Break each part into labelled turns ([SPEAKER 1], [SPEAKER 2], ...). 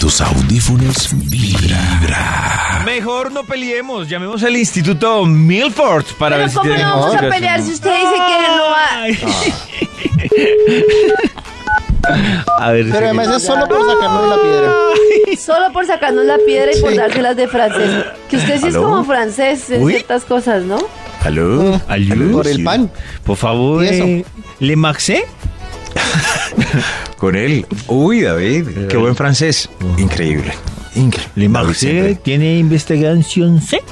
[SPEAKER 1] tus audífonos vibra.
[SPEAKER 2] Mejor no peleemos, llamemos al Instituto Milford para
[SPEAKER 3] Pero
[SPEAKER 2] ver si
[SPEAKER 3] ¿cómo
[SPEAKER 2] tienen
[SPEAKER 3] no vamos a
[SPEAKER 2] explicación.
[SPEAKER 3] pelear si usted dice que no va?
[SPEAKER 2] A ver,
[SPEAKER 4] Pero
[SPEAKER 2] sí.
[SPEAKER 4] además es solo por sacarnos de la piedra.
[SPEAKER 3] Solo por sacarnos la piedra y por dárselas de francés. Que usted sí es
[SPEAKER 1] ¿Aló?
[SPEAKER 3] como francés en
[SPEAKER 2] Uy.
[SPEAKER 3] ciertas cosas, ¿no?
[SPEAKER 1] ¿Aló?
[SPEAKER 2] Ayú,
[SPEAKER 4] Por el pan.
[SPEAKER 2] mm, Por favor,
[SPEAKER 4] ¿Y eso?
[SPEAKER 2] eh, ¿le maxé?
[SPEAKER 1] Con él. Uy, David, qué buen francés. Increíble. Increíble.
[SPEAKER 2] ¿Le
[SPEAKER 1] David
[SPEAKER 2] maxé?
[SPEAKER 1] siempre.
[SPEAKER 2] ¿Tiene investigación C?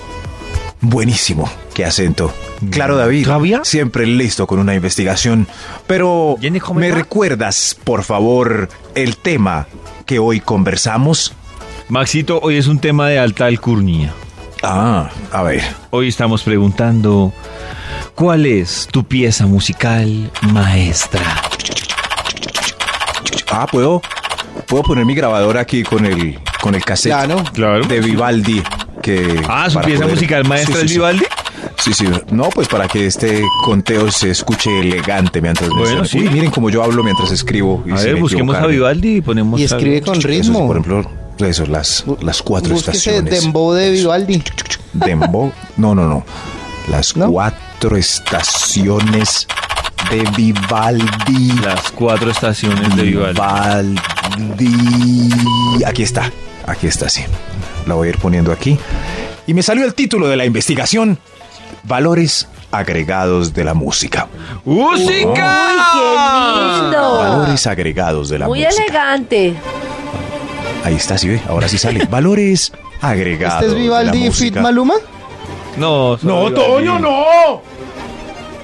[SPEAKER 1] Buenísimo. Qué acento.
[SPEAKER 2] Mm.
[SPEAKER 1] Claro, David.
[SPEAKER 2] ¿Rabia?
[SPEAKER 1] Siempre listo con una investigación. Pero,
[SPEAKER 2] Jenny, ¿cómo
[SPEAKER 1] ¿me
[SPEAKER 2] está?
[SPEAKER 1] recuerdas, por favor, el tema que hoy conversamos?
[SPEAKER 2] Maxito, hoy es un tema de alta alcurnia.
[SPEAKER 1] Ah, a ver.
[SPEAKER 2] Hoy estamos preguntando, ¿cuál es tu pieza musical maestra?
[SPEAKER 1] Ah, puedo. Puedo poner mi grabador aquí con el con el cassette
[SPEAKER 4] Claro.
[SPEAKER 2] Claro.
[SPEAKER 1] de Vivaldi. Que
[SPEAKER 2] Ah, su
[SPEAKER 1] para
[SPEAKER 2] pieza
[SPEAKER 1] poder-
[SPEAKER 2] musical maestra
[SPEAKER 1] Sí,
[SPEAKER 2] es
[SPEAKER 1] sí, sí.
[SPEAKER 2] Vivaldi.
[SPEAKER 1] Sí, sí. No, pues para que este conteo se escuche elegante mientras me
[SPEAKER 2] Bueno,
[SPEAKER 1] suena.
[SPEAKER 2] sí.
[SPEAKER 1] Uy, miren cómo yo hablo mientras escribo. y
[SPEAKER 2] A
[SPEAKER 1] sin
[SPEAKER 2] ver, busquemos a
[SPEAKER 1] equivocarme.
[SPEAKER 2] Vivaldi y ponemos.
[SPEAKER 4] Y
[SPEAKER 2] algo.
[SPEAKER 4] escribe con
[SPEAKER 1] Eso es,
[SPEAKER 4] ritmo.
[SPEAKER 1] por ejemplo, eso, las, las cuatro
[SPEAKER 4] Búsquese
[SPEAKER 1] estaciones.
[SPEAKER 4] Dembow de Vivaldi.
[SPEAKER 1] Dembow. No, no, no. Las
[SPEAKER 4] ¿No?
[SPEAKER 1] cuatro estaciones de Vivaldi.
[SPEAKER 2] Las cuatro estaciones de Vivaldi.
[SPEAKER 1] Mm, Vivaldi. Aquí está, aquí está, sí. La voy a ir poniendo aquí. Y me salió el título de la investigación: Valores agregados de la música.
[SPEAKER 2] ¡Música!
[SPEAKER 3] ¡Uy,
[SPEAKER 2] Ah.
[SPEAKER 3] qué
[SPEAKER 4] Oh.
[SPEAKER 3] lindo!
[SPEAKER 1] Valores agregados de la
[SPEAKER 3] Muy
[SPEAKER 1] música.
[SPEAKER 3] elegante.
[SPEAKER 1] Ahí está, sí ve, ahora sí sale. Valores agregados.
[SPEAKER 4] ¿Este es
[SPEAKER 1] de la
[SPEAKER 4] Vivaldi Fit
[SPEAKER 1] música.
[SPEAKER 4] Maluma?
[SPEAKER 2] No, solo
[SPEAKER 5] No,
[SPEAKER 2] Vivaldi.
[SPEAKER 5] Toño, no.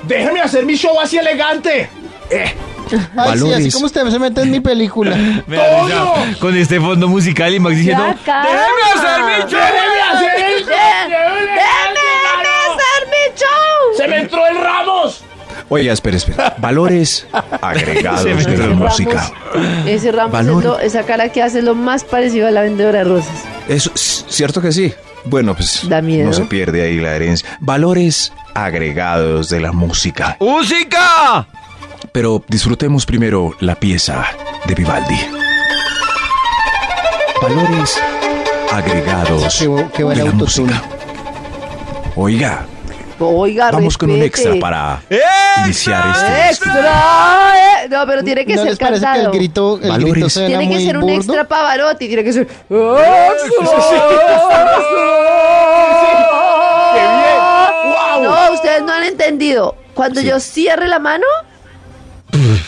[SPEAKER 5] Déjeme hacer mi show así elegante.
[SPEAKER 4] Ay, sí, así
[SPEAKER 1] Valores.
[SPEAKER 4] como usted se mete en mi película.
[SPEAKER 2] Me da risa. Con este fondo musical y Max diciendo:
[SPEAKER 3] calma.
[SPEAKER 2] ¡Déjeme hacer mi show".
[SPEAKER 5] Déjeme hacer el show.
[SPEAKER 3] ¡Déjeme hacer mi show!
[SPEAKER 5] Se me entró el Ramos.
[SPEAKER 1] Oiga, espera, espera. Valores agregados
[SPEAKER 2] Se me
[SPEAKER 1] de la
[SPEAKER 2] entró.
[SPEAKER 1] música.
[SPEAKER 3] Ramos, ese Ramos, es
[SPEAKER 1] Valor.
[SPEAKER 3] lo- esa cara que hace lo más parecido a la vendedora de rosas.
[SPEAKER 1] Eso es cierto que sí. Bueno, pues
[SPEAKER 3] Da miedo.
[SPEAKER 1] no se pierde ahí la herencia. Valores agregados de la música.
[SPEAKER 2] ¡Música!
[SPEAKER 1] Pero disfrutemos primero la pieza de Vivaldi. Valores agregados
[SPEAKER 4] Qué bu- qué buen
[SPEAKER 1] de la
[SPEAKER 4] autotune.
[SPEAKER 1] música. Oiga,
[SPEAKER 3] Oiga,
[SPEAKER 1] vamos con un extra
[SPEAKER 3] respete.
[SPEAKER 1] para
[SPEAKER 2] ¡Extra!
[SPEAKER 1] iniciar este.
[SPEAKER 3] ¡Extra! eh. No, pero tiene que
[SPEAKER 4] ¿No
[SPEAKER 3] ser
[SPEAKER 4] les parece
[SPEAKER 3] cantado.
[SPEAKER 4] que el grito, el
[SPEAKER 1] Valores.
[SPEAKER 4] grito suena
[SPEAKER 3] Tiene que
[SPEAKER 4] muy
[SPEAKER 3] ser un
[SPEAKER 4] burdo?
[SPEAKER 3] extra Pavarotti, tiene que ser.
[SPEAKER 1] ¡Oh,
[SPEAKER 3] ¡Oh, No, ustedes no han entendido. Cuando yo cierre la mano.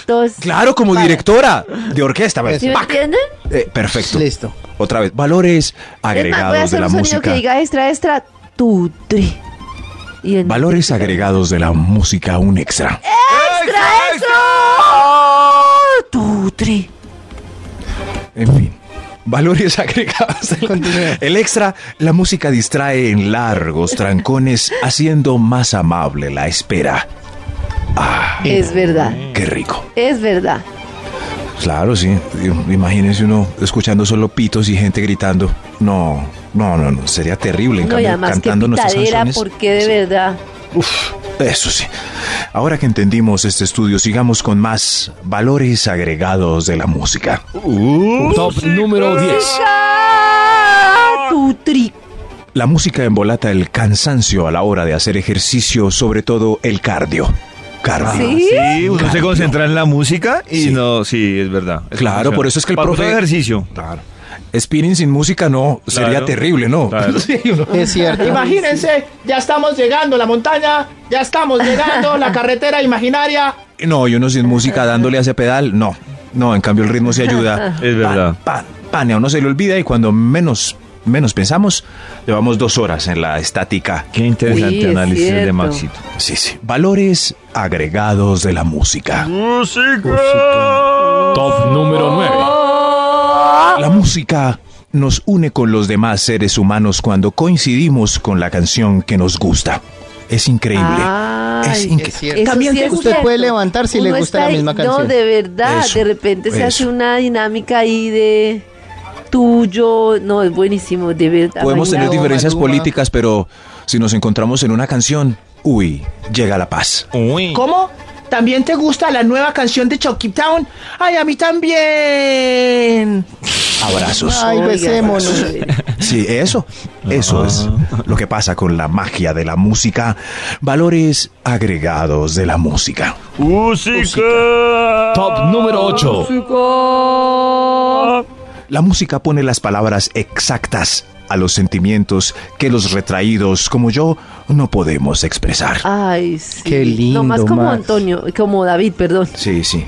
[SPEAKER 3] Dos.
[SPEAKER 1] Claro, como directora de orquesta. ¿ves?
[SPEAKER 3] ¿Sí me
[SPEAKER 1] ¡Pac!
[SPEAKER 3] entienden?
[SPEAKER 1] Eh, perfecto.
[SPEAKER 4] Listo.
[SPEAKER 1] Otra vez, valores
[SPEAKER 3] Es más, voy a
[SPEAKER 1] agregados de
[SPEAKER 3] hacer
[SPEAKER 1] la
[SPEAKER 3] un sonido que
[SPEAKER 1] música.
[SPEAKER 3] diga extra, extra, tu, tri. Y en-
[SPEAKER 1] Valores agregados de la música, un extra.
[SPEAKER 3] ¡Extra, extra! ¡Oh! Tu, tri.
[SPEAKER 1] En fin. Valores agregados. de la-
[SPEAKER 4] Continúe.
[SPEAKER 1] El extra, la música distrae en largos trancones, haciendo más amable la espera.
[SPEAKER 3] Es verdad,
[SPEAKER 1] Qué rico.
[SPEAKER 3] es verdad.
[SPEAKER 1] Claro, sí. Imagínense uno escuchando solo pitos y gente gritando. No, no, no, no. Sería terrible. En
[SPEAKER 3] No, y
[SPEAKER 1] cambio,
[SPEAKER 3] además que
[SPEAKER 1] cantando nuestras
[SPEAKER 3] pitadera,
[SPEAKER 1] canciones.
[SPEAKER 3] porque de verdad.
[SPEAKER 1] Eso sí. Ahora que entendimos este estudio, sigamos con más valores agregados de la música.
[SPEAKER 2] Top número 10.
[SPEAKER 3] Ah, tu, tri.
[SPEAKER 1] La música embolata el cansancio a la hora de hacer ejercicio, sobre todo el cardio. Cardio.
[SPEAKER 3] ¿Sí?
[SPEAKER 2] Sí, uno se concentra en la música y
[SPEAKER 1] Sí.
[SPEAKER 2] no, sí, es verdad.
[SPEAKER 1] Claro, por eso es que el
[SPEAKER 2] Para
[SPEAKER 1] profe-
[SPEAKER 2] todo ejercicio.
[SPEAKER 1] Claro. Spinning sin música no, sería
[SPEAKER 2] Claro.
[SPEAKER 1] terrible, ¿no?
[SPEAKER 2] Claro.
[SPEAKER 4] Es cierto.
[SPEAKER 5] Imagínense, ya estamos llegando la montaña, ya estamos llegando la carretera imaginaria.
[SPEAKER 1] No, y uno sin música dándole a ese pedal, no. No, en cambio el ritmo se ayuda.
[SPEAKER 2] Es verdad.
[SPEAKER 1] Pan, pan, pan, y a uno se le olvida y cuando menos, menos pensamos, llevamos dos horas en la estática.
[SPEAKER 2] Qué interesante
[SPEAKER 3] Sí, es
[SPEAKER 2] análisis de
[SPEAKER 3] cierto.
[SPEAKER 2] Maxito.
[SPEAKER 1] Sí, sí. Valores agregados de la música.
[SPEAKER 6] Top número 9.
[SPEAKER 1] La música nos une con los demás seres humanos cuando coincidimos con la canción que nos gusta. Es increíble.
[SPEAKER 3] Ay,
[SPEAKER 1] es
[SPEAKER 4] es
[SPEAKER 1] increíble.
[SPEAKER 4] cierto.
[SPEAKER 3] También
[SPEAKER 4] usted puede levantar si le gusta la misma
[SPEAKER 3] No,
[SPEAKER 4] canción.
[SPEAKER 3] de verdad,
[SPEAKER 1] Eso,
[SPEAKER 3] de repente se
[SPEAKER 1] eso.
[SPEAKER 3] hace una dinámica ahí de tuyo, no, es buenísimo, de verdad.
[SPEAKER 1] Podemos tener
[SPEAKER 3] bailado.
[SPEAKER 4] Maluma,
[SPEAKER 1] diferencias
[SPEAKER 4] Maluma.
[SPEAKER 1] políticas, pero si nos encontramos en una canción, uy, llega la paz.
[SPEAKER 2] Uy.
[SPEAKER 5] ¿Cómo? ¿También te gusta la nueva canción de Chucky Town? Ay, a mí también.
[SPEAKER 1] abrazos.
[SPEAKER 4] Ay,
[SPEAKER 3] Oiga,
[SPEAKER 4] besémonos.
[SPEAKER 1] Sí, eso. Eso es lo que pasa con la magia de la música. Valores agregados de la música.
[SPEAKER 6] Top número 8.
[SPEAKER 1] La música pone las palabras exactas a los sentimientos que los retraídos como yo no podemos expresar.
[SPEAKER 3] Ah. Ay, sí.
[SPEAKER 4] Qué lindo,
[SPEAKER 3] No más como
[SPEAKER 4] Max.
[SPEAKER 3] Antonio, como David, perdón.
[SPEAKER 1] Sí, sí.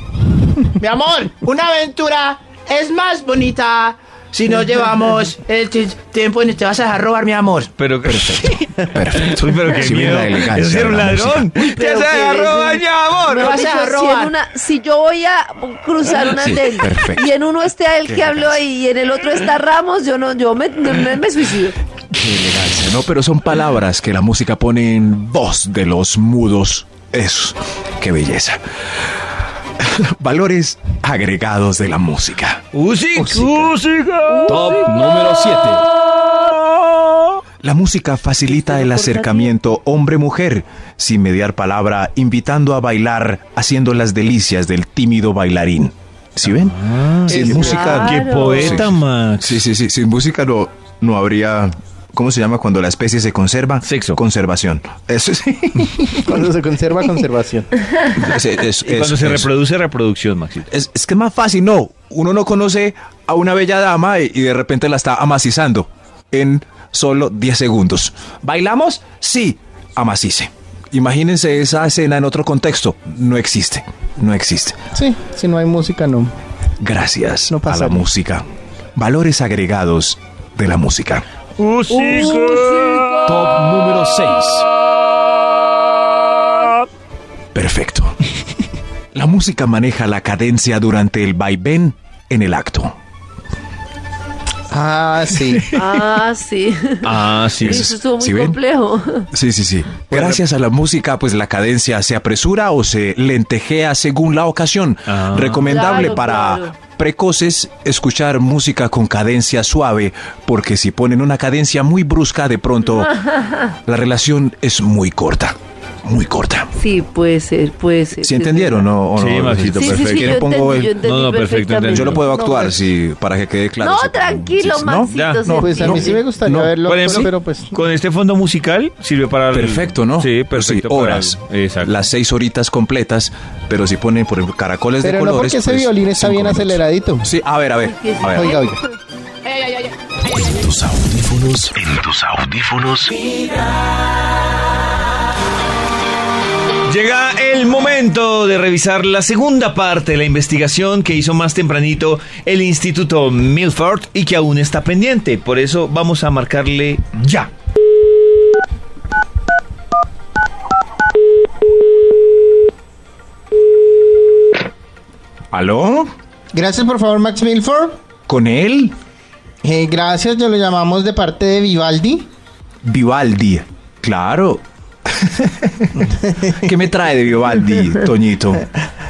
[SPEAKER 5] Mi amor, una aventura es más bonita si nos llevamos el ti- tiempo en te vas a dejar robar, mi amor.
[SPEAKER 2] Pero,
[SPEAKER 1] Perfecto.
[SPEAKER 2] Uy, pero qué
[SPEAKER 1] Si bien
[SPEAKER 2] miedo.
[SPEAKER 1] la elegancia
[SPEAKER 2] Ese era
[SPEAKER 1] de
[SPEAKER 2] un
[SPEAKER 1] la
[SPEAKER 2] ladrón. Ya
[SPEAKER 3] Pero
[SPEAKER 2] se
[SPEAKER 3] qué
[SPEAKER 2] agarró
[SPEAKER 3] belleza.
[SPEAKER 2] baña, amor.
[SPEAKER 5] Me vas a
[SPEAKER 3] Mejor si, en
[SPEAKER 5] robar.
[SPEAKER 3] una- si yo voy a cruzar un andén
[SPEAKER 1] perfecto.
[SPEAKER 3] y en uno está el
[SPEAKER 1] Qué
[SPEAKER 3] que habló ahí y en el otro está Ramos, yo no, yo me, me, me suicido.
[SPEAKER 1] Qué elegancia, ¿no? Pero son palabras que la música pone en voz de los mudos. Eso, qué belleza. Valores agregados de la música.
[SPEAKER 2] Usic,
[SPEAKER 6] Top número 7.
[SPEAKER 1] La música facilita el acercamiento hombre-mujer, sin mediar palabra, invitando a bailar, haciendo las delicias del tímido bailarín. ¿Sí ven? sin
[SPEAKER 2] Ah,
[SPEAKER 3] es
[SPEAKER 1] música.
[SPEAKER 3] Qué
[SPEAKER 2] poeta, Max.
[SPEAKER 1] Sí, sí, sí. Sin música no, no habría. ¿Cómo se llama cuando la especie se conserva?
[SPEAKER 2] Sexo.
[SPEAKER 1] Conservación. Eso sí.
[SPEAKER 4] Cuando se conserva, conservación.
[SPEAKER 1] Es- es-
[SPEAKER 2] Y cuando
[SPEAKER 1] es-
[SPEAKER 2] se
[SPEAKER 1] es-
[SPEAKER 2] reproduce, reproducción, Maxi.
[SPEAKER 1] Es, es que es más fácil, no. Uno no conoce a una bella dama y, y de repente la está amacizando en solo 10 segundos. ¿Bailamos? Sí, amacice. Imagínense esa escena en otro contexto. No existe, no existe.
[SPEAKER 4] Sí, si no hay música, no.
[SPEAKER 1] Gracias
[SPEAKER 4] No
[SPEAKER 1] a la
[SPEAKER 4] pasaría.
[SPEAKER 1] música. Valores agregados de la música.
[SPEAKER 6] Top número 6.
[SPEAKER 1] Perfecto. La música maneja la cadencia durante el vaivén en el acto.
[SPEAKER 4] Ah, sí.
[SPEAKER 3] Ah, sí.
[SPEAKER 2] Ah, sí.
[SPEAKER 1] es-
[SPEAKER 3] Eso estuvo muy
[SPEAKER 1] ¿sí ven?
[SPEAKER 3] complejo.
[SPEAKER 1] Sí, sí, sí. Gracias a la música, pues la cadencia se apresura o se lentejea según la ocasión.
[SPEAKER 2] Ah.
[SPEAKER 1] Recomendable
[SPEAKER 3] Claro,
[SPEAKER 1] para
[SPEAKER 3] claro.
[SPEAKER 1] precoces escuchar música con cadencia suave, porque si ponen una cadencia muy brusca, de pronto la relación es muy corta. Muy corta.
[SPEAKER 3] Sí, puede ser, puede ser.
[SPEAKER 1] ¿Sí entendieron o, o
[SPEAKER 2] Sí,
[SPEAKER 1] no?
[SPEAKER 2] Maxito,
[SPEAKER 3] Sí, sí,
[SPEAKER 2] perfecto.
[SPEAKER 3] sí, yo
[SPEAKER 1] ¿Quieren pongo
[SPEAKER 3] entendí, yo
[SPEAKER 1] el-
[SPEAKER 3] entendí
[SPEAKER 2] No, no, perfecto,
[SPEAKER 3] perfectamente.
[SPEAKER 2] entendí.
[SPEAKER 1] Yo lo puedo
[SPEAKER 4] No,
[SPEAKER 1] actuar,
[SPEAKER 4] pues-
[SPEAKER 1] sí, para que quede claro.
[SPEAKER 3] No,
[SPEAKER 1] Sí,
[SPEAKER 3] tranquilo,
[SPEAKER 1] sí, ¿no?
[SPEAKER 3] Maxito.
[SPEAKER 2] Ya, no,
[SPEAKER 3] se
[SPEAKER 4] Pues a mí
[SPEAKER 3] entiende.
[SPEAKER 4] sí me gustaría
[SPEAKER 1] No,
[SPEAKER 4] verlo,
[SPEAKER 2] por ejemplo,
[SPEAKER 4] pero pues...
[SPEAKER 2] Con este fondo musical sirve para... el-
[SPEAKER 1] Perfecto, ¿no? Pues
[SPEAKER 2] Sí, perfecto.
[SPEAKER 1] Sí,
[SPEAKER 2] para
[SPEAKER 1] horas.
[SPEAKER 2] el- Exacto.
[SPEAKER 1] Las seis horitas completas, pero si ponen por ejemplo, caracoles de
[SPEAKER 4] Pero no
[SPEAKER 1] colores.
[SPEAKER 4] porque ese
[SPEAKER 1] pues,
[SPEAKER 4] violín está
[SPEAKER 1] cinco
[SPEAKER 4] bien
[SPEAKER 1] minutos.
[SPEAKER 4] aceleradito.
[SPEAKER 1] Sí, a ver, a ver. A ver.
[SPEAKER 4] Oiga, oiga.
[SPEAKER 1] Tus audífonos.
[SPEAKER 2] Llega el momento de revisar la segunda parte de la investigación que hizo más tempranito el Instituto Milford y que aún está pendiente. Por eso vamos a marcarle ya.
[SPEAKER 1] ¿Aló?
[SPEAKER 4] Gracias, por favor, Max Milford.
[SPEAKER 1] ¿Con él?
[SPEAKER 4] Eh, gracias, yo lo llamamos de parte de Vivaldi.
[SPEAKER 1] Vivaldi. Claro. ¿Qué me trae de Vivaldi, Toñito?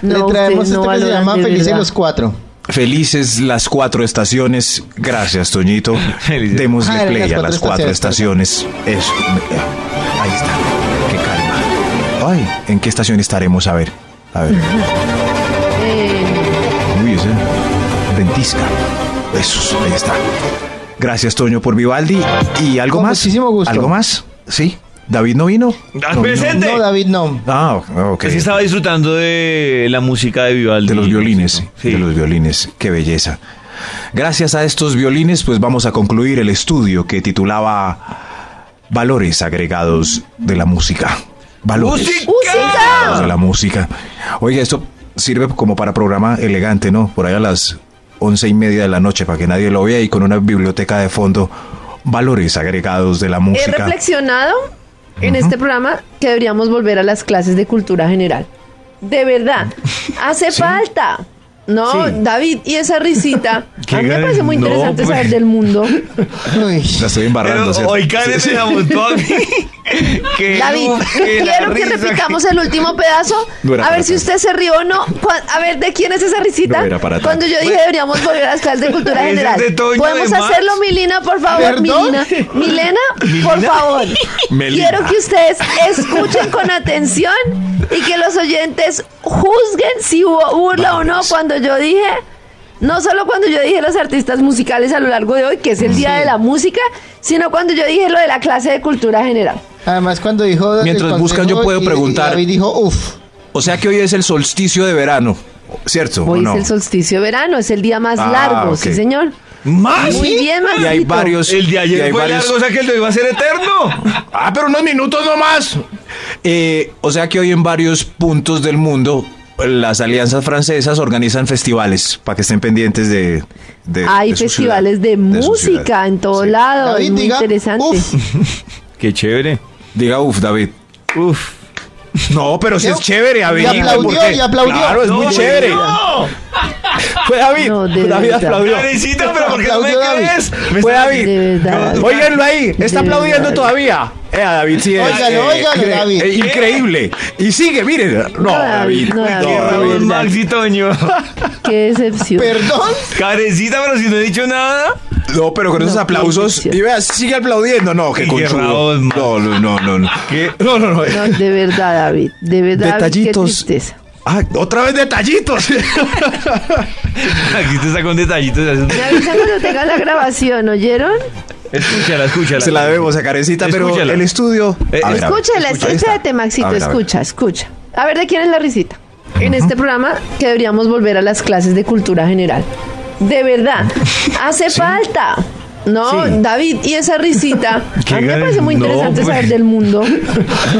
[SPEAKER 4] Le
[SPEAKER 3] No, ustedes
[SPEAKER 4] traemos
[SPEAKER 3] no
[SPEAKER 4] esto que
[SPEAKER 1] este
[SPEAKER 4] se
[SPEAKER 3] valoran
[SPEAKER 4] llama
[SPEAKER 3] de
[SPEAKER 4] Felices
[SPEAKER 3] verdad.
[SPEAKER 4] los Cuatro.
[SPEAKER 1] Felices las cuatro estaciones. Gracias, Toñito.
[SPEAKER 2] Felices.
[SPEAKER 1] Démosle
[SPEAKER 4] Ah, eran
[SPEAKER 1] play
[SPEAKER 4] las
[SPEAKER 1] a las cuatro
[SPEAKER 4] cuatro
[SPEAKER 1] estaciones. Eso. eh, Ahí está. Qué calma. Ay, ¿en qué estación estaremos? A ver. A ver.
[SPEAKER 3] Eh,
[SPEAKER 1] Uy, ese. Ventisca. Eso, ahí está. Gracias, Toño, por Vivaldi. ¿Y algo
[SPEAKER 4] Con
[SPEAKER 1] más?
[SPEAKER 4] muchísimo gusto.
[SPEAKER 1] ¿Algo más? Sí. ¿David no vino? No vino.
[SPEAKER 2] ¡Presente!
[SPEAKER 4] No, David, no.
[SPEAKER 1] Ah, ok.
[SPEAKER 2] Es que estaba disfrutando de la música de Vivaldi.
[SPEAKER 1] De los violines,
[SPEAKER 2] Sí.
[SPEAKER 1] de los violines, qué belleza. Gracias a estos violines, pues vamos a concluir el estudio que titulaba Valores agregados de la música. Valores
[SPEAKER 2] ¡Música!
[SPEAKER 1] agregados de la música. Oiga, esto sirve como para programa elegante, ¿no? Por ahí a las once y media de la noche para que nadie lo vea y con una biblioteca de fondo. Valores agregados de la
[SPEAKER 3] he
[SPEAKER 1] música.
[SPEAKER 3] reflexionado en este programa que deberíamos volver a las clases de cultura general. De verdad, hace falta. No, David, y esa risita.
[SPEAKER 2] Qué
[SPEAKER 3] a mí me
[SPEAKER 2] gran-
[SPEAKER 3] parece muy
[SPEAKER 2] no,
[SPEAKER 3] interesante
[SPEAKER 2] pues.
[SPEAKER 3] saber del mundo.
[SPEAKER 4] Uy.
[SPEAKER 1] La estoy embarrando.
[SPEAKER 2] Pero
[SPEAKER 1] ¿cierto?
[SPEAKER 2] hoy Karen
[SPEAKER 1] Sí,
[SPEAKER 2] se
[SPEAKER 1] sí.
[SPEAKER 2] la montó a mí. Que
[SPEAKER 3] David,
[SPEAKER 2] no, la
[SPEAKER 3] quiero que
[SPEAKER 2] risa,
[SPEAKER 3] repitamos el último pedazo.
[SPEAKER 1] No era
[SPEAKER 3] a
[SPEAKER 1] para
[SPEAKER 3] ver si
[SPEAKER 1] tanto.
[SPEAKER 3] usted se rió o no. Cua- A ver, ¿de quién es esa risita?
[SPEAKER 1] No era para tanto.
[SPEAKER 3] Cuando yo dije deberíamos volver a las clases de cultura
[SPEAKER 2] Ese es
[SPEAKER 3] general.
[SPEAKER 2] de Toño
[SPEAKER 3] ¿Podemos
[SPEAKER 2] de Max.
[SPEAKER 3] hacerlo, Milina, por favor?
[SPEAKER 4] ¿Perdón?
[SPEAKER 3] Milina, Milena, por favor.
[SPEAKER 1] Melina.
[SPEAKER 3] Quiero que ustedes escuchen con atención y que los oyentes juzguen si hubo burla o no
[SPEAKER 1] Vamos.
[SPEAKER 3] cuando yo dije No solo cuando yo dije los artistas musicales a lo largo de hoy, que es el día de la música, sino cuando yo dije lo de la clase de cultura general.
[SPEAKER 4] Además, cuando dijo. el
[SPEAKER 1] Mientras buscan,
[SPEAKER 4] consejo
[SPEAKER 1] yo puedo
[SPEAKER 4] y- y
[SPEAKER 1] preguntar.
[SPEAKER 4] David dijo, uff.
[SPEAKER 1] O sea que hoy es el solsticio de verano, ¿cierto? ¿O
[SPEAKER 3] Hoy
[SPEAKER 1] no?
[SPEAKER 3] es el solsticio de verano, es el día más
[SPEAKER 1] Ah,
[SPEAKER 3] largo,
[SPEAKER 1] ok.
[SPEAKER 3] sí señor.
[SPEAKER 2] ¿Más?
[SPEAKER 3] Muy bien,
[SPEAKER 1] Y hay
[SPEAKER 3] Maxito.
[SPEAKER 1] varios.
[SPEAKER 2] El de
[SPEAKER 1] y
[SPEAKER 2] ayer
[SPEAKER 1] hay
[SPEAKER 2] fue
[SPEAKER 1] varios-
[SPEAKER 2] largo, o sea que el de hoy va a ser eterno.
[SPEAKER 1] Ah, pero unos minutos nomás. Eh, o sea que hoy en varios puntos del mundo las alianzas francesas organizan festivales para que estén pendientes de. de-
[SPEAKER 3] Hay
[SPEAKER 1] Eh, de su
[SPEAKER 3] festivales
[SPEAKER 1] ciudad,
[SPEAKER 3] de
[SPEAKER 1] su
[SPEAKER 3] música
[SPEAKER 1] ciudad.
[SPEAKER 3] en todo
[SPEAKER 1] Sí.
[SPEAKER 3] lado,
[SPEAKER 4] David,
[SPEAKER 3] es muy
[SPEAKER 4] diga,
[SPEAKER 3] interesante.
[SPEAKER 4] uff.
[SPEAKER 2] Qué chévere.
[SPEAKER 1] Diga, uff, David.
[SPEAKER 2] Uf.
[SPEAKER 1] No, pero si es chévere, David.
[SPEAKER 4] Y aplaudió,
[SPEAKER 1] porque-
[SPEAKER 4] y aplaudió.
[SPEAKER 1] Claro, es muy
[SPEAKER 2] No,
[SPEAKER 1] chévere.
[SPEAKER 2] no.
[SPEAKER 1] Fue David.
[SPEAKER 3] No, de
[SPEAKER 1] David
[SPEAKER 3] verdad.
[SPEAKER 1] aplaudió.
[SPEAKER 2] Karencita, pero ¿por qué no me
[SPEAKER 4] Aplaudió David.
[SPEAKER 2] crees? Me
[SPEAKER 1] Fue
[SPEAKER 2] está-
[SPEAKER 1] David.
[SPEAKER 3] De verdad.
[SPEAKER 1] Óiganlo ahí, está
[SPEAKER 3] De
[SPEAKER 1] aplaudiendo
[SPEAKER 3] verdad.
[SPEAKER 1] todavía. Eh, a David sí es.
[SPEAKER 4] Óigalo,
[SPEAKER 1] eh,
[SPEAKER 4] óigalo,
[SPEAKER 1] cre-
[SPEAKER 4] David.
[SPEAKER 1] eh, increíble. Y sigue, miren. No, David.
[SPEAKER 3] David, no,
[SPEAKER 1] No,
[SPEAKER 3] David.
[SPEAKER 1] David.
[SPEAKER 2] Perdón, Max y Toño.
[SPEAKER 3] Qué decepción.
[SPEAKER 4] Perdón.
[SPEAKER 2] Karencita, pero si no he dicho nada.
[SPEAKER 1] No, pero con esos
[SPEAKER 3] No,
[SPEAKER 1] aplausos.
[SPEAKER 3] qué
[SPEAKER 1] Y vea, sigue aplaudiendo. No, que
[SPEAKER 2] Qué
[SPEAKER 1] con su.
[SPEAKER 2] raos, man.
[SPEAKER 1] No, no, no, no. no. No, no,
[SPEAKER 3] No,
[SPEAKER 1] no.
[SPEAKER 3] de verdad, David, de verdad, David, qué
[SPEAKER 1] Detallitos.
[SPEAKER 3] tristeza.
[SPEAKER 1] Ah, otra vez detallitos.
[SPEAKER 2] Aquí te está con detallitos.
[SPEAKER 3] Me avisan cuando tengan la grabación, ¿oyeron?
[SPEAKER 2] Escúchala, escúchala.
[SPEAKER 1] Se la debemos a Karencita, pero
[SPEAKER 2] Escúchala.
[SPEAKER 1] el estudio.
[SPEAKER 2] Eh,
[SPEAKER 1] A ver, a ver,
[SPEAKER 3] Escúchala,
[SPEAKER 1] escucha, ahí
[SPEAKER 3] espérate,
[SPEAKER 1] está.
[SPEAKER 3] Maxito,
[SPEAKER 1] A ver, a ver.
[SPEAKER 3] escucha, escucha. A ver, ¿de quién es la risita? En este programa que deberíamos volver a las clases de cultura general. De verdad, hace falta. No,
[SPEAKER 1] Sí.
[SPEAKER 3] David, y esa risita.
[SPEAKER 2] Qué
[SPEAKER 3] A mí me
[SPEAKER 2] gran-
[SPEAKER 3] parece muy
[SPEAKER 2] no,
[SPEAKER 3] interesante
[SPEAKER 2] pues.
[SPEAKER 3] saber del mundo.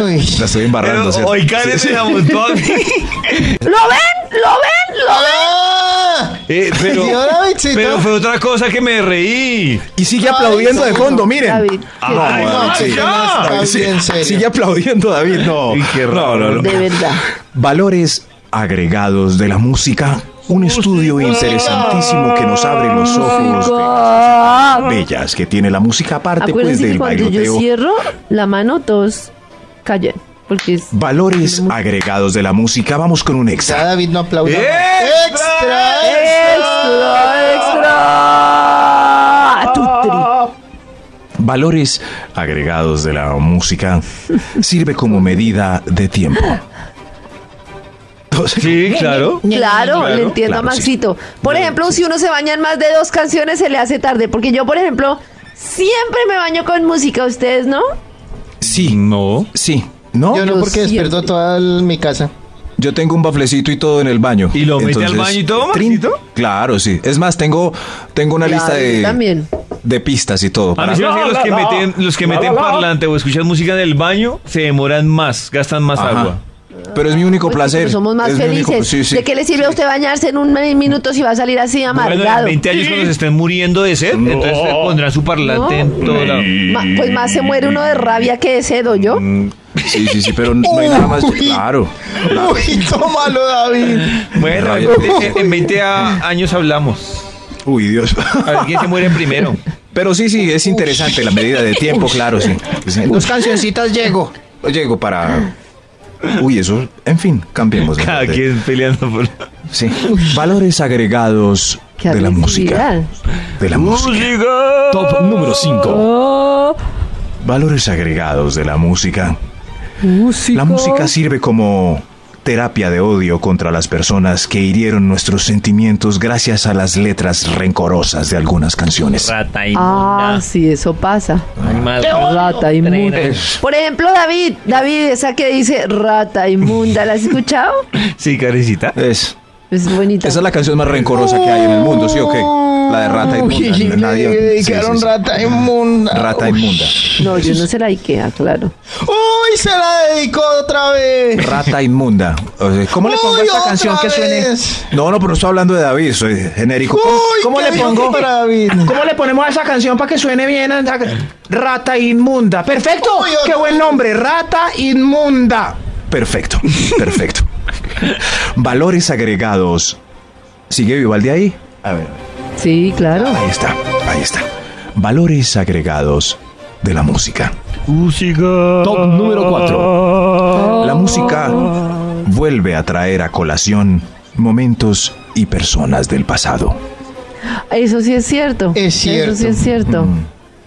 [SPEAKER 4] Uy.
[SPEAKER 1] La estoy embarrando.
[SPEAKER 2] Pero
[SPEAKER 1] ¿cierto?
[SPEAKER 2] hoy Karen
[SPEAKER 1] Sí,
[SPEAKER 2] se
[SPEAKER 1] sí.
[SPEAKER 2] amontó a mí.
[SPEAKER 3] ¿Lo ven? ¿Lo ven? ¿Lo
[SPEAKER 4] ¡Ah!
[SPEAKER 2] Eh, pero,
[SPEAKER 4] Señor Davidcito.
[SPEAKER 2] pero fue otra cosa que me reí.
[SPEAKER 1] Y sigue aplaudiendo de fondo, miren.
[SPEAKER 3] David,
[SPEAKER 1] Ah,
[SPEAKER 3] qué
[SPEAKER 1] no,
[SPEAKER 3] Ay,
[SPEAKER 1] David,
[SPEAKER 4] no,
[SPEAKER 1] sí.
[SPEAKER 4] que no está
[SPEAKER 1] David, sí.
[SPEAKER 4] bien serio.
[SPEAKER 1] Sigue aplaudiendo, David. No.
[SPEAKER 2] Y qué
[SPEAKER 1] no,
[SPEAKER 2] raro.
[SPEAKER 1] no, no.
[SPEAKER 3] De verdad.
[SPEAKER 1] Valores agregados de la música. Un estudio interesantísimo que nos abre los ojos de las cosas bellas que tiene la música, aparte pues
[SPEAKER 3] Acuérdense que
[SPEAKER 1] del
[SPEAKER 3] cuando yo
[SPEAKER 1] bailoteo.
[SPEAKER 3] cierro la mano, todos callan. Porque es.
[SPEAKER 1] Valores agregados de la música. Vamos con un
[SPEAKER 4] Ya
[SPEAKER 1] extra.
[SPEAKER 4] David no aplauda.
[SPEAKER 2] ¡Extra!
[SPEAKER 3] ¡Extra! ¡Extra! ¡Tutri!
[SPEAKER 1] Valores agregados de la música sirve como medida de tiempo.
[SPEAKER 2] Sí, claro.
[SPEAKER 3] Claro, le entiendo a
[SPEAKER 1] Claro, sí.
[SPEAKER 3] Maxito. Por ejemplo, si uno se baña en más de dos canciones, se le hace tarde. Porque yo, por ejemplo, siempre me baño con música. ¿Ustedes no?
[SPEAKER 1] Sí,
[SPEAKER 2] No.
[SPEAKER 1] sí. ¿No?
[SPEAKER 4] Yo no,
[SPEAKER 3] Yo
[SPEAKER 4] porque despierto
[SPEAKER 3] siempre.
[SPEAKER 4] toda el- mi casa.
[SPEAKER 1] Yo tengo un baflecito y todo en el baño.
[SPEAKER 2] ¿Y lo mete al baño y todo,
[SPEAKER 1] trin.
[SPEAKER 2] Maxito?
[SPEAKER 1] Claro, sí. Es más, tengo, tengo una
[SPEAKER 3] Claro,
[SPEAKER 1] lista de,
[SPEAKER 3] yo también.
[SPEAKER 1] de pistas y todo.
[SPEAKER 2] A
[SPEAKER 1] para-
[SPEAKER 2] mí se me hace que los que meten, los que meten parlante o escuchan música en el baño se demoran más, gastan más
[SPEAKER 1] Ajá.
[SPEAKER 2] agua.
[SPEAKER 1] Pero es mi único
[SPEAKER 3] Pues,
[SPEAKER 1] placer.
[SPEAKER 3] pero somos más
[SPEAKER 1] Es mi único-
[SPEAKER 3] felices.
[SPEAKER 1] sí, sí.
[SPEAKER 3] ¿De qué le sirve a usted bañarse en un minuto si va a salir así
[SPEAKER 2] Bueno, en
[SPEAKER 3] amargado?
[SPEAKER 2] 20 años cuando se estén muriendo de sed, entonces se pondrán su parlante
[SPEAKER 3] No.
[SPEAKER 2] en todo lado.
[SPEAKER 3] Ma- pues más se muere uno de rabia que de sed, yo?
[SPEAKER 2] Mm.
[SPEAKER 1] Mm, Sí, sí, sí, pero no hay nada más.
[SPEAKER 4] Uy.
[SPEAKER 1] Claro.
[SPEAKER 4] Uy, tómalo, David.
[SPEAKER 2] Bueno,
[SPEAKER 1] Rabia.
[SPEAKER 2] en, en 20 a- años hablamos.
[SPEAKER 1] Uy, Dios.
[SPEAKER 2] A ver quién se muere primero.
[SPEAKER 1] Pero sí, sí, es interesante la medida de tiempo, claro, sí. Sí.
[SPEAKER 5] Dos cancioncitas llego.
[SPEAKER 1] Llego para. Uy, eso. En fin, cambiemos. de-
[SPEAKER 2] Cada
[SPEAKER 1] de-
[SPEAKER 2] quien peleando por.
[SPEAKER 1] Sí. Valores agregados
[SPEAKER 3] Qué
[SPEAKER 1] de la música.
[SPEAKER 3] agresividad.
[SPEAKER 1] De la música.
[SPEAKER 6] Top número 5.
[SPEAKER 1] Valores agregados de la música. La música sirve como terapia de odio contra las personas que hirieron nuestros sentimientos gracias a las letras rencorosas de algunas canciones.
[SPEAKER 2] Rata
[SPEAKER 3] Ah, sí, eso pasa. Rata inmunda. Por ejemplo, David, David, esa que dice rata inmunda, ¿la has escuchado?
[SPEAKER 2] Sí, carecita.
[SPEAKER 1] Es,
[SPEAKER 3] Es bonita.
[SPEAKER 1] esa es la canción más rencorosa que hay en el mundo, ¿sí o qué? La de Rata
[SPEAKER 4] Uy,
[SPEAKER 1] Inmunda. Nadie,
[SPEAKER 4] le
[SPEAKER 1] sí, sí,
[SPEAKER 4] dedicaron
[SPEAKER 1] sí.
[SPEAKER 4] rata inmunda.
[SPEAKER 1] Rata
[SPEAKER 4] Uy.
[SPEAKER 1] Inmunda.
[SPEAKER 3] No, yo no sé la Ikea, claro.
[SPEAKER 4] Uy, se la dedicó otra vez.
[SPEAKER 1] Rata Inmunda. O sea, ¿Cómo le pongo
[SPEAKER 4] Uy,
[SPEAKER 1] a esta
[SPEAKER 4] otra
[SPEAKER 1] canción que suene?
[SPEAKER 4] vez.
[SPEAKER 1] No, no, pero no estoy hablando de David, soy genérico. ¿Cómo,
[SPEAKER 4] Uy,
[SPEAKER 1] cómo
[SPEAKER 4] qué
[SPEAKER 1] le
[SPEAKER 4] bien
[SPEAKER 1] pongo?
[SPEAKER 4] para David.
[SPEAKER 5] ¿Cómo le ponemos a esa canción para que suene bien? Anda, Rata inmunda. Perfecto.
[SPEAKER 4] Uy, otra
[SPEAKER 5] Qué buen nombre. Rata inmunda.
[SPEAKER 1] Perfecto, perfecto. Valores agregados. ¿Sigue Vivaldi ahí? A ver.
[SPEAKER 3] Sí, claro.
[SPEAKER 1] Ahí está, ahí está. Valores agregados de la música.
[SPEAKER 6] Top número 4.
[SPEAKER 1] La música vuelve a traer a colación momentos y personas del pasado.
[SPEAKER 3] Eso sí es cierto.
[SPEAKER 4] Es cierto.
[SPEAKER 3] Eso sí es cierto.
[SPEAKER 1] Mm.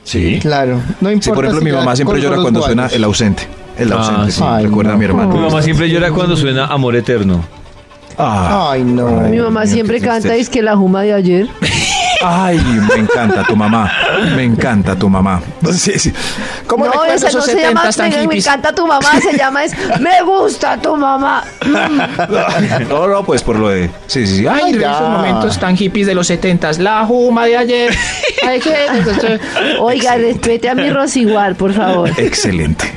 [SPEAKER 6] Sí.
[SPEAKER 4] Claro, no importa.
[SPEAKER 1] Sí, por ejemplo,
[SPEAKER 4] si
[SPEAKER 1] mi
[SPEAKER 4] ya
[SPEAKER 1] mamá siempre
[SPEAKER 4] colgó
[SPEAKER 1] llora
[SPEAKER 4] los
[SPEAKER 1] cuando suena
[SPEAKER 4] guantes.
[SPEAKER 1] el ausente. El
[SPEAKER 2] Ah,
[SPEAKER 1] ausente,
[SPEAKER 2] sí.
[SPEAKER 1] sí,
[SPEAKER 4] Ay,
[SPEAKER 1] recuerda a mi
[SPEAKER 4] no.
[SPEAKER 1] hermano.
[SPEAKER 2] Mi mamá siempre llora cuando suena Amor Eterno.
[SPEAKER 1] Ah,
[SPEAKER 4] Ay, no.
[SPEAKER 1] Ay,
[SPEAKER 3] Mi
[SPEAKER 1] Dios
[SPEAKER 3] mamá
[SPEAKER 1] mío,
[SPEAKER 3] siempre
[SPEAKER 1] qué
[SPEAKER 3] canta
[SPEAKER 1] tristeza.
[SPEAKER 3] es que la juma de ayer.
[SPEAKER 1] Ay, me encanta tu mamá. Me encanta tu mamá. Sí, sí. ¿Cómo
[SPEAKER 3] no,
[SPEAKER 1] recuerdo
[SPEAKER 3] esa no
[SPEAKER 1] esos
[SPEAKER 3] se llama
[SPEAKER 1] 70s tan
[SPEAKER 3] me, me
[SPEAKER 1] hippies?
[SPEAKER 3] encanta tu mamá, se llama es me gusta tu mamá.
[SPEAKER 1] No, no, pues por lo de. Sí, sí, sí. Ay,
[SPEAKER 5] Ay,
[SPEAKER 4] ya.
[SPEAKER 5] esos momentos tan hippies de los setentas. La juma de ayer. Ay, pues, que...
[SPEAKER 3] Oiga, respete a mi Rosiguar, por favor.
[SPEAKER 1] excelente.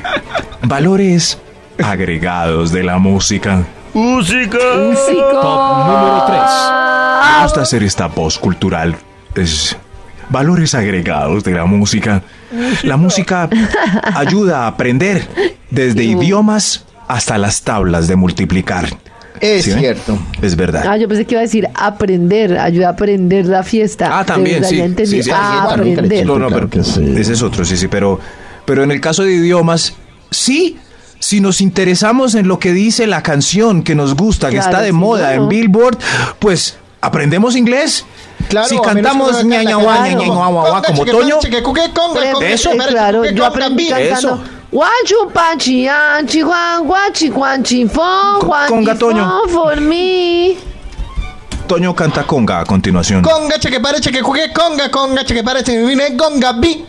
[SPEAKER 1] Valores agregados de la música. Oh.
[SPEAKER 6] Música.
[SPEAKER 3] Top
[SPEAKER 6] número tres.
[SPEAKER 1] Me gusta hacer esta voz cultural. Es valores agregados de la música. La música ayuda a aprender desde idiomas hasta las tablas de multiplicar.
[SPEAKER 4] Es
[SPEAKER 1] ¿Sí ven?
[SPEAKER 4] cierto.
[SPEAKER 1] Es verdad.
[SPEAKER 3] Ah, yo pensé que iba a decir aprender, ayuda a aprender la fiesta.
[SPEAKER 1] Ah, también,
[SPEAKER 3] De verdad,
[SPEAKER 1] sí,
[SPEAKER 3] ya entendí.
[SPEAKER 1] sí, sí,
[SPEAKER 4] así es, también,
[SPEAKER 3] aprender.
[SPEAKER 1] No, no,
[SPEAKER 4] claro
[SPEAKER 1] pero
[SPEAKER 4] que sí.
[SPEAKER 1] ese es otro, sí, sí, pero, pero en el caso de idiomas, sí. Si nos interesamos en lo que dice la canción que nos gusta, que
[SPEAKER 3] Claro,
[SPEAKER 1] está de
[SPEAKER 3] sí,
[SPEAKER 1] moda
[SPEAKER 3] claro.
[SPEAKER 1] en Billboard, pues aprendemos inglés.
[SPEAKER 4] Claro,
[SPEAKER 1] si
[SPEAKER 4] a menos que uno
[SPEAKER 1] cantamos
[SPEAKER 4] haga la
[SPEAKER 1] ñaña
[SPEAKER 4] canción.
[SPEAKER 1] guaña, ñaña guaguaguá como
[SPEAKER 4] Conga,
[SPEAKER 1] Toño,
[SPEAKER 4] cheque, conga, cheque, conga, conga,
[SPEAKER 1] Eso.
[SPEAKER 3] Eh,
[SPEAKER 4] cheque,
[SPEAKER 3] claro,
[SPEAKER 4] conga,
[SPEAKER 3] yo
[SPEAKER 4] conga,
[SPEAKER 3] aprendí
[SPEAKER 4] beat.
[SPEAKER 1] Eso.
[SPEAKER 3] cantando. Guachu, panchi, anchi, guan, guachi, guanchi, fon,
[SPEAKER 1] Con-
[SPEAKER 3] guanchi,
[SPEAKER 1] conga, Toño.
[SPEAKER 3] fon, for me.
[SPEAKER 1] Toño canta conga a continuación.
[SPEAKER 4] Conga, cheque, pare, cheque, conga, conga, conga, cheque, pare, cheque, vine, conga, bi.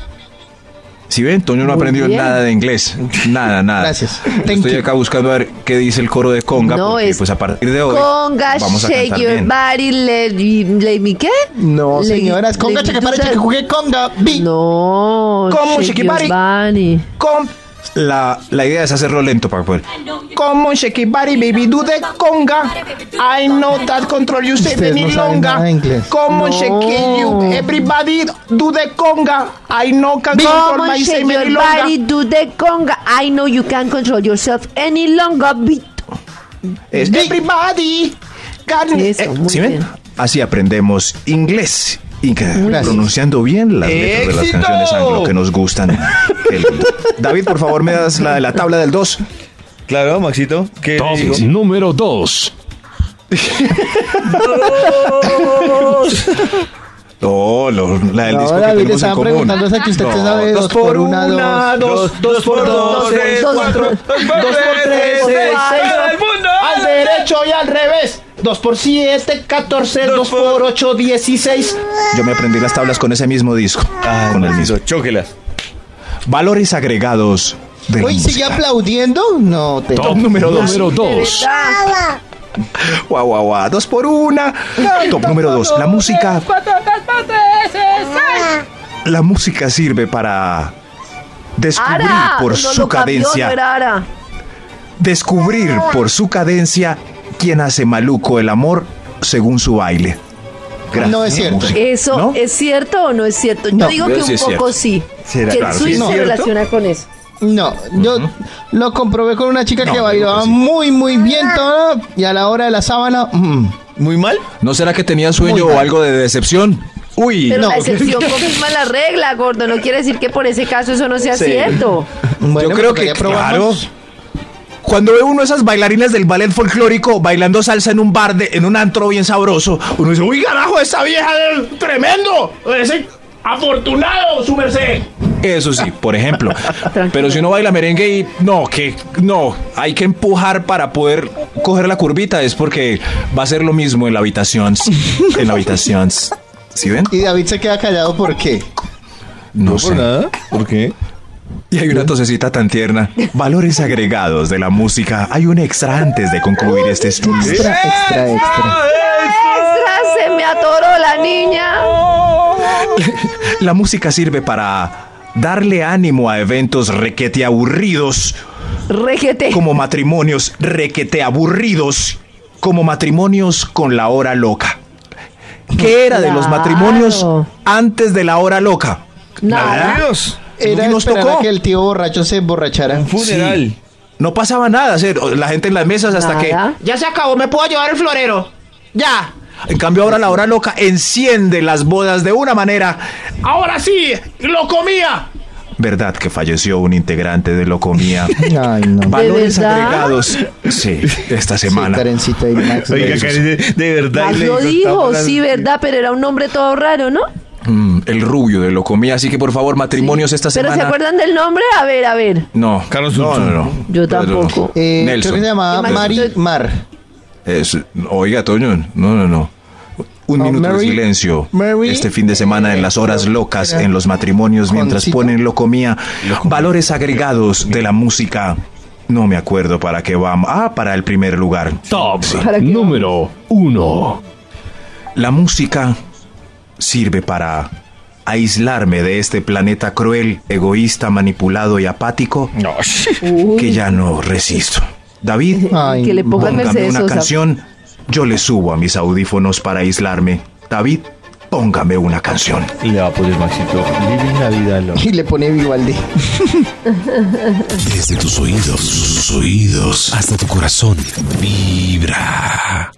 [SPEAKER 1] Si ven, Toño no
[SPEAKER 3] Muy
[SPEAKER 1] aprendió
[SPEAKER 3] bien.
[SPEAKER 1] nada de inglés. Nada, nada.
[SPEAKER 4] Gracias. Thank
[SPEAKER 1] Estoy
[SPEAKER 4] you.
[SPEAKER 1] acá buscando a ver qué dice el coro de conga.
[SPEAKER 3] No,
[SPEAKER 1] porque,
[SPEAKER 3] es
[SPEAKER 1] pues a partir de hoy
[SPEAKER 3] Conga,
[SPEAKER 1] vamos a
[SPEAKER 3] shake
[SPEAKER 1] cantar
[SPEAKER 3] your
[SPEAKER 1] bien.
[SPEAKER 3] body, let me, let me, ¿qué?
[SPEAKER 4] No,
[SPEAKER 3] Let me-
[SPEAKER 4] señoras.
[SPEAKER 3] let
[SPEAKER 4] Conga,
[SPEAKER 3] me
[SPEAKER 4] cheque,
[SPEAKER 3] do
[SPEAKER 4] pare,
[SPEAKER 3] that.
[SPEAKER 4] cheque, conga, conga, bi.
[SPEAKER 3] No,
[SPEAKER 5] ¿Cómo,
[SPEAKER 3] shake
[SPEAKER 5] shake
[SPEAKER 3] your
[SPEAKER 5] your
[SPEAKER 3] body.
[SPEAKER 5] Con...
[SPEAKER 1] La, la idea es hacerlo lento para poder.
[SPEAKER 5] Come on, shake it, body, baby, do the conga. I know that control you say
[SPEAKER 4] Ustedes
[SPEAKER 5] any
[SPEAKER 4] no saben
[SPEAKER 5] longa.
[SPEAKER 4] nada de inglés.
[SPEAKER 5] Come
[SPEAKER 3] No.
[SPEAKER 5] on, shake it, you. Everybody do the conga. I know can control
[SPEAKER 3] Come
[SPEAKER 5] my
[SPEAKER 3] on,
[SPEAKER 5] say
[SPEAKER 3] shake
[SPEAKER 5] any
[SPEAKER 3] your body,
[SPEAKER 5] longa.
[SPEAKER 3] do the conga. I know you can't control yourself any longer, beat.
[SPEAKER 1] Es-
[SPEAKER 5] Everybody. Can...
[SPEAKER 3] Eso, muy
[SPEAKER 1] Eh, ¿Sí
[SPEAKER 3] bien.
[SPEAKER 1] ven? Así aprendemos inglés. Y que-
[SPEAKER 4] Gracias.
[SPEAKER 1] pronunciando bien las letras de las
[SPEAKER 5] ¡Éxito!
[SPEAKER 1] canciones anglo que nos gustan. Qué lindo. David, por favor, me das la de la tabla del 2.
[SPEAKER 2] Claro, Maxito. ¿qué
[SPEAKER 6] Top
[SPEAKER 2] le digo?
[SPEAKER 6] número 2.
[SPEAKER 1] No, lo- la del disco
[SPEAKER 4] No,
[SPEAKER 1] que
[SPEAKER 4] David, te
[SPEAKER 1] tenemos en
[SPEAKER 4] estaban
[SPEAKER 1] común.
[SPEAKER 4] preguntando esa que usted se sabe.
[SPEAKER 1] dos por
[SPEAKER 4] una, dos.
[SPEAKER 2] Dos, dos por dos, tres, eh,
[SPEAKER 3] dos,
[SPEAKER 2] cuatro,
[SPEAKER 3] dos,
[SPEAKER 2] dos por tres,
[SPEAKER 5] Tres,
[SPEAKER 2] seis,
[SPEAKER 5] seis,
[SPEAKER 2] ¡Todo el mundo!
[SPEAKER 5] Al derecho y al revés. 2 por 7, 14. 2 por 8, 16.
[SPEAKER 1] Yo me aprendí las tablas con ese mismo disco. con el mismo.
[SPEAKER 2] Chóquelas.
[SPEAKER 1] Valores agregados de la
[SPEAKER 4] Uy, sigue
[SPEAKER 1] música.
[SPEAKER 4] aplaudiendo. No, te.
[SPEAKER 6] Top
[SPEAKER 1] número
[SPEAKER 6] número
[SPEAKER 1] dos.
[SPEAKER 6] 2.
[SPEAKER 1] Guau, guau, guau. Dos por una. Top número dos. La música. La música sirve para descubrir
[SPEAKER 3] Ara,
[SPEAKER 1] por
[SPEAKER 3] no
[SPEAKER 1] su
[SPEAKER 3] lo cambió, no
[SPEAKER 1] cadencia.
[SPEAKER 3] era Ara.
[SPEAKER 1] Descubrir por su cadencia quién hace maluco el amor según su baile. Gracias.
[SPEAKER 4] No es cierto.
[SPEAKER 1] Música.
[SPEAKER 3] ¿Eso
[SPEAKER 1] ¿No?
[SPEAKER 3] es cierto o no es cierto? Yo
[SPEAKER 4] No,
[SPEAKER 3] digo
[SPEAKER 1] yo
[SPEAKER 3] que
[SPEAKER 1] sí
[SPEAKER 3] un
[SPEAKER 1] es
[SPEAKER 3] poco sí.
[SPEAKER 2] ¿Será?
[SPEAKER 3] que el
[SPEAKER 1] Claro,
[SPEAKER 3] Swiss
[SPEAKER 1] ¿sí es
[SPEAKER 3] se
[SPEAKER 1] cierto?
[SPEAKER 3] relaciona con eso.
[SPEAKER 4] No, yo lo comprobé con una chica
[SPEAKER 1] No,
[SPEAKER 4] que
[SPEAKER 1] yo creo
[SPEAKER 4] bailaba
[SPEAKER 1] que sí.
[SPEAKER 4] muy, muy bien todo. Y a la hora de la sábana, mm,
[SPEAKER 2] ¿Muy mal?
[SPEAKER 1] ¿No será que tenía sueño o algo de decepción? Uy,
[SPEAKER 3] Pero
[SPEAKER 1] no.
[SPEAKER 3] la excepción confirma la regla, gordo. No quiere decir que por ese caso eso no sea
[SPEAKER 1] Sí.
[SPEAKER 3] cierto.
[SPEAKER 4] bueno,
[SPEAKER 1] Yo creo
[SPEAKER 4] pues,
[SPEAKER 1] que
[SPEAKER 4] ya probamos.
[SPEAKER 1] claro. Cuando ve uno esas bailarinas del ballet folclórico bailando salsa en un bar, de, en un antro bien sabroso, uno dice, uy, carajo, esa vieja del tremendo.
[SPEAKER 5] Ese afortunado, su merced.
[SPEAKER 1] Eso sí, por ejemplo. Pero si uno baila merengue y no, que no, hay que empujar para poder coger la curvita, es porque va a ser lo mismo en la habitación. En la habitación. ¿Sí ven?
[SPEAKER 4] Y David se queda callado porque.
[SPEAKER 1] No sé.
[SPEAKER 2] nada. ¿Por qué?
[SPEAKER 1] Y hay una tosecita tan tierna. Valores agregados de la música. Hay un extra antes de concluir este estudio.
[SPEAKER 4] Extra, extra, extra.
[SPEAKER 3] ¡Extra! Se me atoró la niña.
[SPEAKER 1] La música sirve para darle ánimo a eventos requete aburridos,
[SPEAKER 3] Regete.
[SPEAKER 1] como matrimonios requete aburridos, como matrimonios con la hora loca. ¿Qué era de los
[SPEAKER 3] Claro.
[SPEAKER 1] matrimonios antes de la hora loca?
[SPEAKER 3] Nada.
[SPEAKER 2] Dios.
[SPEAKER 4] Era
[SPEAKER 1] Y nos
[SPEAKER 4] esperar
[SPEAKER 1] tocó.
[SPEAKER 4] a que el tío borracho se emborrachara.
[SPEAKER 2] Un funeral.
[SPEAKER 1] Sí. No pasaba nada, se- la gente en las mesas hasta
[SPEAKER 3] Nada.
[SPEAKER 5] Ya se acabó, me puedo llevar el florero. Ya.
[SPEAKER 1] que, en cambio ahora la hora loca enciende las bodas de una manera.
[SPEAKER 5] Ahora sí, lo comía.
[SPEAKER 1] ¿Verdad que falleció un integrante de Locomía?
[SPEAKER 4] Ay, no.
[SPEAKER 1] Valores
[SPEAKER 3] verdad?
[SPEAKER 1] agregados. Sí, esta semana.
[SPEAKER 4] Sí, Karencita y Max.
[SPEAKER 2] Oiga,
[SPEAKER 4] Besos.
[SPEAKER 2] Karen, de, de verdad.
[SPEAKER 3] Más
[SPEAKER 2] le
[SPEAKER 3] lo
[SPEAKER 2] digo,
[SPEAKER 3] dijo,
[SPEAKER 2] tablas-
[SPEAKER 3] sí, verdad, pero era un nombre todo raro, ¿no?
[SPEAKER 1] Mm, el rubio de lo comía, así que por favor, matrimonios esta
[SPEAKER 3] ¿Pero
[SPEAKER 1] semana.
[SPEAKER 3] se acuerdan del nombre? A ver, a ver.
[SPEAKER 1] No,
[SPEAKER 2] Carlos
[SPEAKER 1] no, no,
[SPEAKER 2] Ulloa.
[SPEAKER 1] no.
[SPEAKER 3] Yo
[SPEAKER 1] Pedro,
[SPEAKER 3] tampoco.
[SPEAKER 4] Eh, creo
[SPEAKER 1] Nelson.
[SPEAKER 4] que se llamaba
[SPEAKER 3] Nelson.
[SPEAKER 4] Mari Mar.
[SPEAKER 1] Es- oiga, Toño, no, no, no. Un
[SPEAKER 4] Oh,
[SPEAKER 1] minuto
[SPEAKER 4] Mary-
[SPEAKER 1] de silencio
[SPEAKER 4] Mary-
[SPEAKER 1] este fin de semana en las horas locas en los matrimonios mientras
[SPEAKER 4] Concita.
[SPEAKER 1] ponen locomía. Valores agregados de la música. No me acuerdo para qué vamos. Ah, para el primer lugar.
[SPEAKER 6] Top
[SPEAKER 2] pues,
[SPEAKER 3] ¿Para qué
[SPEAKER 6] número 1.
[SPEAKER 1] La música sirve para aislarme de este planeta cruel, egoísta, manipulado y apático
[SPEAKER 3] Uy,
[SPEAKER 1] que ya no resisto. David,
[SPEAKER 4] Ay,
[SPEAKER 3] que le pongan
[SPEAKER 1] póngame
[SPEAKER 3] Mercedes
[SPEAKER 1] una
[SPEAKER 3] Sosa.
[SPEAKER 1] canción. Yo le subo a mis audífonos para aislarme. David, póngame una canción.
[SPEAKER 2] Y le va a poner pues, Maxito. Living la vida loca.
[SPEAKER 4] Y le pone Vivaldi.
[SPEAKER 7] Desde tus oídos, sus oídos, hasta tu corazón, vibra.